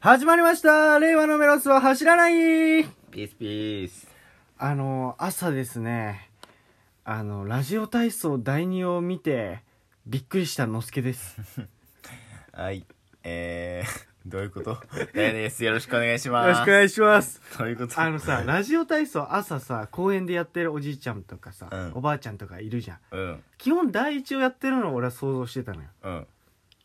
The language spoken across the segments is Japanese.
始まりました令和のメロスは走らないピースピース。あの、朝ですね、あの、ラジオ体操第2を見て、びっくりしたのすけです。よはい。えー、 どういうことダイアナです。よろしくお願いします。ろしくお願いします。どういうことあのさ、ラジオ体操朝さ、公園でやってるおじいちゃんとかさ、うんおばあちゃんとかいるじゃん。うん、基本第一をやってるのを俺は想像してたのよ。うん、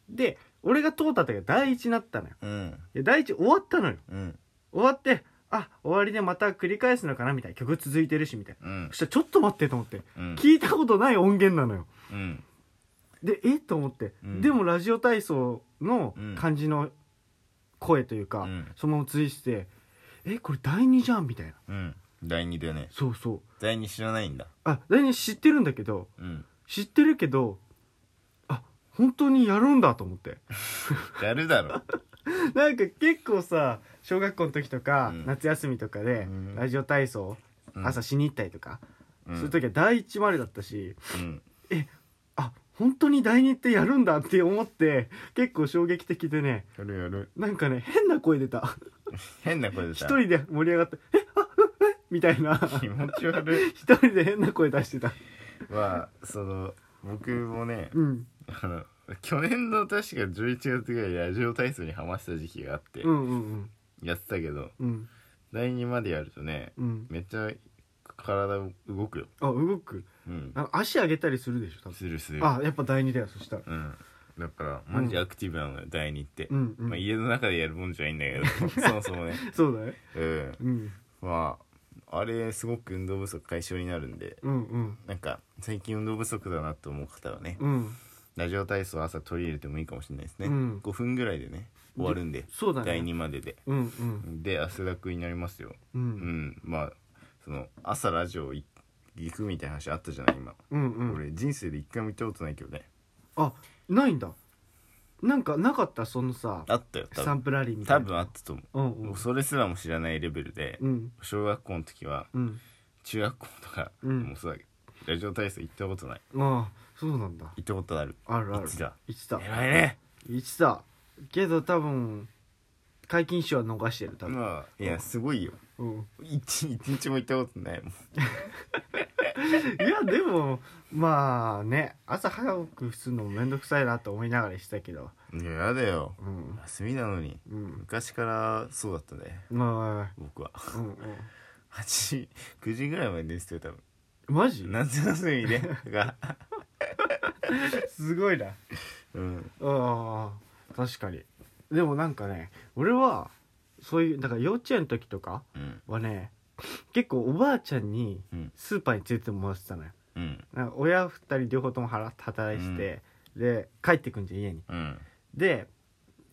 で、俺が通った時は第一になったのよ。うん、いや第一終わったのよ。うん、終わって、あ、終わりでまた繰り返すのかなみたいな。曲続いてるし、みたいな。うんそ、したらちょっと待ってと思って。うん、聞いたことない音源なのよ。うん、でえと思って、うんでもラジオ体操の感じの声というか、うんそのまま続いててえこれ第2じゃんみたいなうん。第2だよね。そうそう第2知らないんだ。あ第2知ってるんだけどうん。知ってるけどあ本当にやるんだと思って やるだろ。なんか結構さ小学校の時とか、うん夏休みとかで、うんラジオ体操うん朝、しに行ったりとか、うん、する時は第1までだったしうん。あ本当に第2ってやるんだって思って結構衝撃的でねやるやる。なんかね変な声出た。変な声で一さ。人で盛り上がって「えあええみたい な気持ち 悪一人で変な声出してたい。は、その、僕もね、うんあの、去年の確か11月ぐらいラジオ体操にハマってた時期があって、うんうんやってたけど、うんうん第2までやるとね、うんめっちゃ体動くよ。あ動くうん。あ足上げたりするでしょ多分するする。あやっぱ第二だよそしたらうん。だから、マジアクティブなのよ、第二って。うんうん、まあ、家の中でやるもんじゃないんだけ ど、そもそもね。そうだねうん。うんまあ、あれ、すごく運動不足解消になるんで、うんうんなんか、最近運動不足だなと思う方はね、うんラジオ体操朝取り入れてもいいかもしれないですね。うん5分ぐらいでね、終わるんで、そうだね第二までで。うんうんで、汗だくになりますよ。ううんん。まあ、その、朝ラジオ行くみたいな話あったじゃない、今。うんうん俺、人生で一回も行ったことないけどね。あないんだなんかなかったそのさあったよ、多サ分。ンプラリーみた多いな分あったと思うう。んうんそれすらも知らないレベルで、うん小学校の時はうん中学校とか、うんもうそうだけどラジオ体操行ったことないああそうなんだ行ったことあるあるある一だ一だ偉いね一だけど多分解禁賞は逃してる多分、まあいやすごいようん、一一日も行ったことないもんいやでもまあね朝早くするのも面倒くさいなと思いながらしてたけどいややだようん休みなのにうん昔からそうだったねま僕はあ、うんうん、 8 9時ぐらいまで寝てたよ多分マジ夏休み ねがすごいなうんああ確かにでもなんかね俺はそういうだから幼稚園の時とかうんはね結構おばあちゃんにうんスーパーに連れてもらってたのようんなんか親二人両方とも払って働いてて、で帰ってくんじゃん家にうんで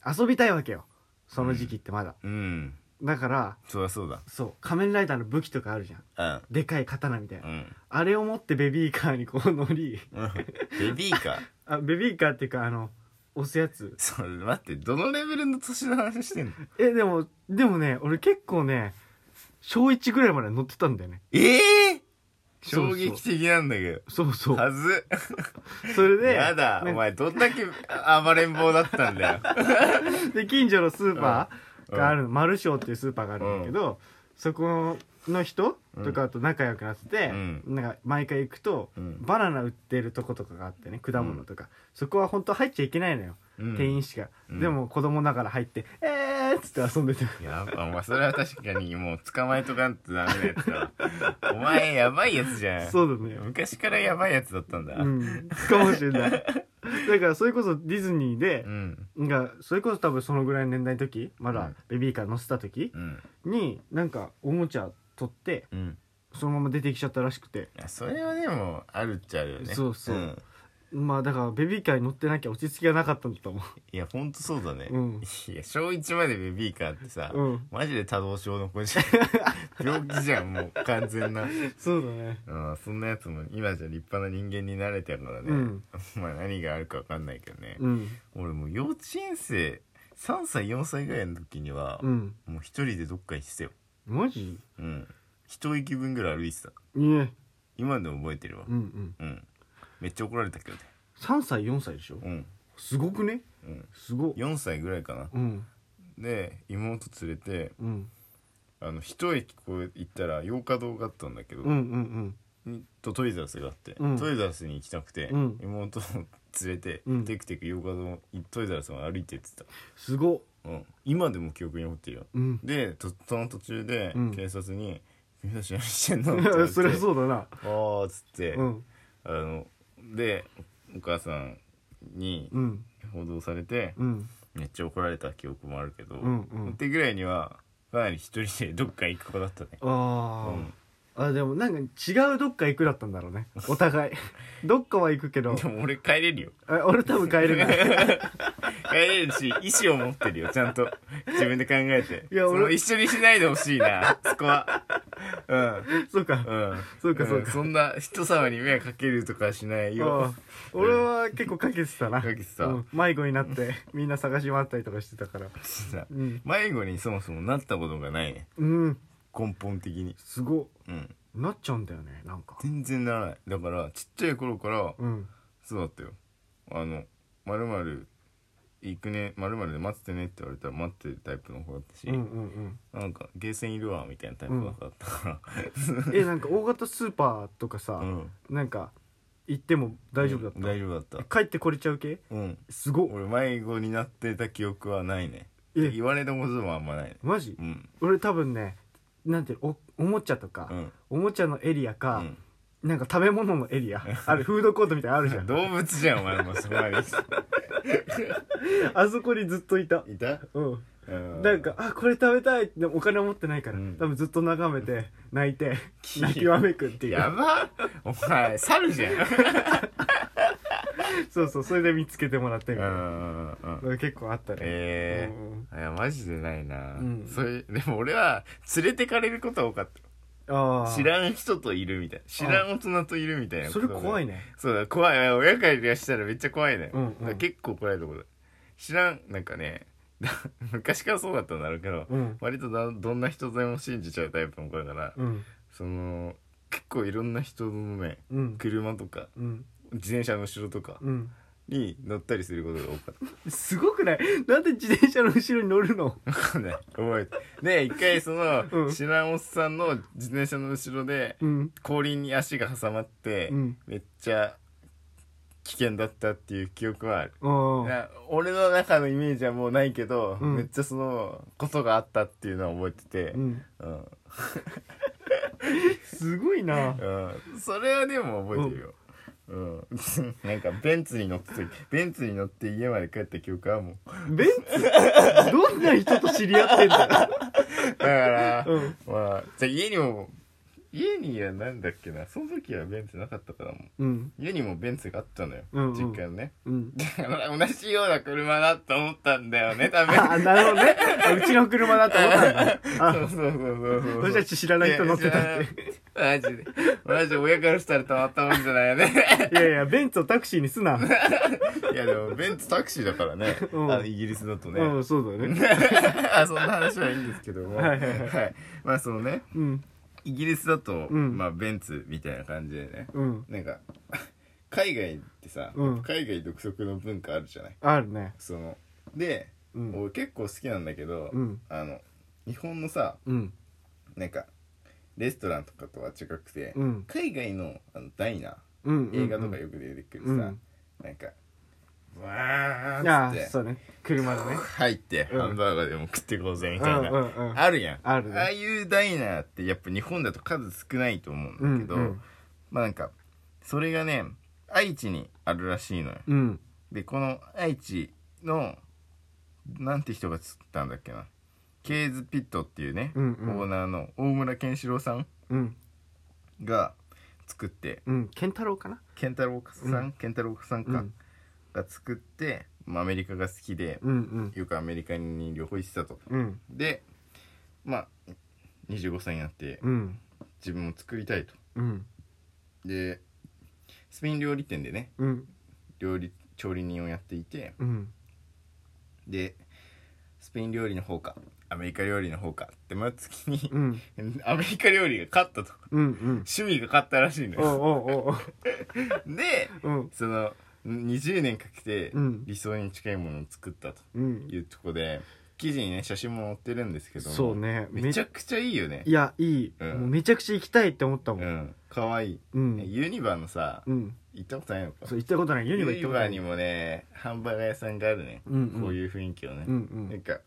遊びたいわけよその時期ってまだ、うんだからそうだそうだそう仮面ライダーの武器とかあるじゃんあでかい刀みたいな、うんあれを持ってベビーカーにこう乗りうんベビーかあベビーカーっていうかあの押すやつ それ待ってどのレベルの年の話してんのえでもでもね俺結構ね小1ぐらいまで乗ってたんだよねええそうそ衝う撃的なんだけそうそどうはずそれでやだおね前どんだけ暴れん坊だったんだ よで近所のスーパーがあるの、マルショーっていうスーパーがあるんだけど、そこの人とかと仲良くなってて、うんなんか毎回行くと、うんバナナ売ってるとことかがあってね果物とか、そこは本当入っちゃいけないのよ、うん店員しか、うんでも子供だから入って「えー!」っつって遊んでてやばお前それは確かにもう捕まえとかんとダメなや つだわお前やばいやつじゃんそうだね昔からやばいやつだったんだう、んかもしれないだからそれこそディズニーでう、んなんかそれこそ多分そのぐらいの年代の時まうだんベビーカー乗せた時うんになんかおもちゃ取ってうんそのまま出てきちゃったらしくていやそれはでもあるっちゃあるよねそうそうんまあだからベビーカーに乗ってなきゃ落ち着きがなかったんだと思いやほんとそうだね、う、うん、いや小1までベビーカーってさ、うんマジで多動症の子じゃん 病気じゃんもう完全なそうだねうん、そんなやつも今じゃ立派な人間になれてるからね、うんまあ何があるか分かんないけどね、うん俺もう幼稚園生3歳4歳ぐらいの時には、うんもう一人でどっか行ってたよマジうん一息分ぐらい歩いてたいえうん今でも覚えてるわうんうん、めっちゃ怒られたけどね3歳4歳でしょうんすごくねうんすご4歳ぐらいかなうんで妹連れてうんあの一駅こう行ったら洋華堂があったんだけど、うんうんにとトイザらスがあって、うんトイザらスに行きたくて、うん妹を連れて、うんテクテク洋華堂トイザらスまで歩いてって言ってすごった、うん、今でも記憶に残ってるようんでとその途中でうん警察に「君たち何してんの?」って言われ てそりゃそうだなああ」っつって、うんあのでお母さんにうん報道されて、うんめっちゃ怒られた記憶もあるけど、うんうんってぐらいにはかなり一人でどっか行く子だったねあうんあ、あでもなんか違うどっか行くだったんだろうねお 互いどっかは行くけ どでも俺帰れるよえ俺多分帰れない 帰れるし意思を持ってるよちゃんと自分で考えていや俺その一緒にしないでほしいなそこはうんそうかうんそうかそうかんそんな人様に迷惑かけるとかしないあよー俺は結構かけてたなかけてたうん迷子になってみんな探し回ったりとかしてたからさうん、迷子にそもそもなったことがないねうん、根本的にすごっうんなっちゃうんだよねなんか全然ならないだからちっちゃい頃からうんそうだったよあの「まるまる行くねまるまるで待ってね」って言われたら待ってるタイプの方だったし、うんうんなんかゲーセンいるわみたいなタイプの方だったから、うんえなんか大型スーパーとかさ、うんなんか行っても大丈夫だった、大丈夫だった帰ってこれちゃう系うんすごっ俺迷子になってた記憶はないねえ言われたこともあんまないねマジうん俺多分ねなんていうのおおもちゃとか、うんおもちゃのエリアうか、んなんか食べ物のエリアあるフードコートみたいなのあるじゃ ん動物じゃんお前もそこまであそこにずっと いたいたうんうんなんかあこれ食べたいってでもお金を持ってないから、うん多分ずっと眺めて泣い て泣きわめくっていやうばお前猿じゃん そうそうそれで見つけてもらってうみたいな、んうんうんそれ結構あったねえうんえいやマジでないな、うんそういうでも俺は連れてかれることは多かったああ知らん人といるみたいな知らん大人といるみたいなそれ怖いねねそうだ怖い親からしたらめっちゃ怖いね、うんうんだから結構怖いとこだ知らんなんかね だ昔からそうだったんだろうけど、うん割とだどんな人でも信じちゃうタイプの子だから、うんその結構いろんな人のねうん車とかうん自転車の後ろとかうんに乗ったりすることが多かったすごくないなんで自転車の後ろに乗るのわかんない 覚えてで一回その、うん知らんおっさんの自転車の後ろでうん後輪に足が挟まって、うんめっちゃ危険だったっていう記憶はある、あいあや俺の中のイメージはもうないけど、うんめっちゃそのことがあったっていうのは覚えててう、んうんすごいなうんそれはでも覚えてるよ、うん、 なんかベンツに乗ってベンツに乗って家まで帰った記憶はもうベンツどんな人と知り合ってんだよだから、うんまあじゃあ家にも家にはなんだっけなその時はベンツなかったからもううん家にもベンツがあったのよ、うんうん実家にね うんだから同じような車だと思ったんだよね多分ああなるほどねあうちの車だと思ったんだそうそうそうそうそう私たち知らない人乗ってたってマジでマジで親からしたらたまったもんじゃないよねいやいやベンツをタクシーにすな、いやでもベンツタクシーだからね、うんあのイギリスだとね、うんそうだね あそんな話はいいんですけどもはいはいはいまあそのねうんイギリスだと、うんまあベンツみたいな感じでねうんなんか海外ってさ、うん海外独特の文化あるじゃないあるねそので、うん俺結構好きなんだけど、うんあの日本のさうんなんかレストランとかとは違くて、うん海外のあのダイナうんー映画とかよく出てくるさ、うんなんかわーあっつあってそうね車のね入ってうんハンバーガーでも食ってこうぜみうたいな、んうんうんあるやんあるねあいうダイナーってやっぱ日本だと数少ないと思うんだけど、うんうんまあなんかそれがね愛知にあるらしいのよ、うんでこの愛知のなんて人が作ったんだっけなケーズピットっていうね、うんうんオーナーの大村健志郎さんうんが作ってうん健太郎かな健太郎さん、う健太郎さんか、うんが作って、まあ、アメリカが好きで、うんよくアメリカに旅行行ってたとうんうんでまあ25歳になってうん自分を作りたいとうんでスペイン料理店でねうん料理調理人をやっていてうんでスペイン料理の方かアメリカ料理の方かって毎月にう、ん アメリカ料理が勝ったとうんうん趣味が勝ったらしいのおうよおうおうでおううんその20年かけてうん理想に近いものを作ったとうんいうとこで、記事にね写真も載ってるんですけどもそうねめちゃくちゃいいよねいやいい、うんもうめちゃくちゃ行きたいって思ったもうんんかわいい、うん、うんユニバのさ行ったことないのかそう行ったことないユユニバ行っニたことバないにもねハンバーガー屋さんがあるね、うんうんこういう雰囲気をね、うんなんか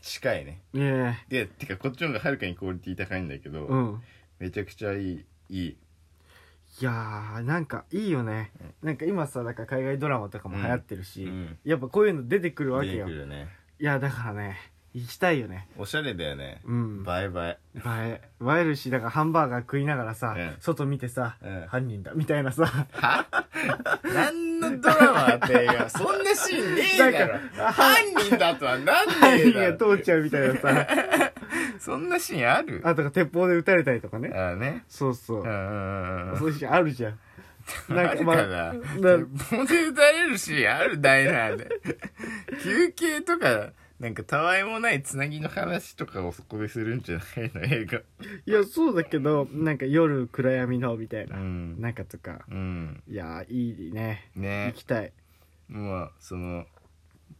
近いねうんいやでてかこっちの方がはるかにクオリティ高いんだけど、うんめちゃくちゃいいいいいやーなんかいいよね、なんか今さだから海外ドラマとかも流行ってるし、うんやっぱこういうの出てくるわけ出てよくるよねいやだからね行きたいよねおしゃれだよね、うん映バイバイえ映えるしだからハンバーガー食いながらさ、うん外見てさ、うん犯人だみたい なさは何のドラマって映画そんなシーンねえだろなん犯人だとはなん犯で人だがろ通っちゃうみたいなさ そんなシーンあるあとか鉄砲で撃たれたりとかねああねそうそううんうんうんうんそういうシーンあるじゃん なんかまああ、なモテ打たれるシーンあるダイナーで。休憩とか、なんかたわいもないつなぎの話とかをそこでするんじゃないの映画。いやそうだけどなんか夜暗闇のみたいな、ん。なんかとかうん。いやーいいね行ねきたいまあ、その、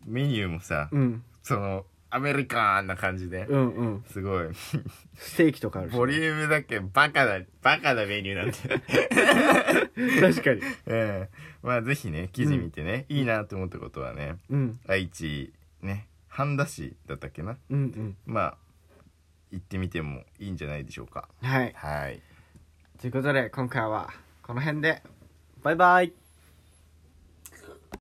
メニューもさ、うんその、アメリカンな感じで、うんうんすごい、ステーキとかあるしボリュームだけバカだ、バカなメニューなん で。確かにうん。まあ、ぜひね、記事見てね、いいなと思ったことはね、うん愛知、ね、半田市だったっけな。うんまあ行ってみてもいいんじゃないでしょうかうんはいはいということで今回はこの辺でバイバイ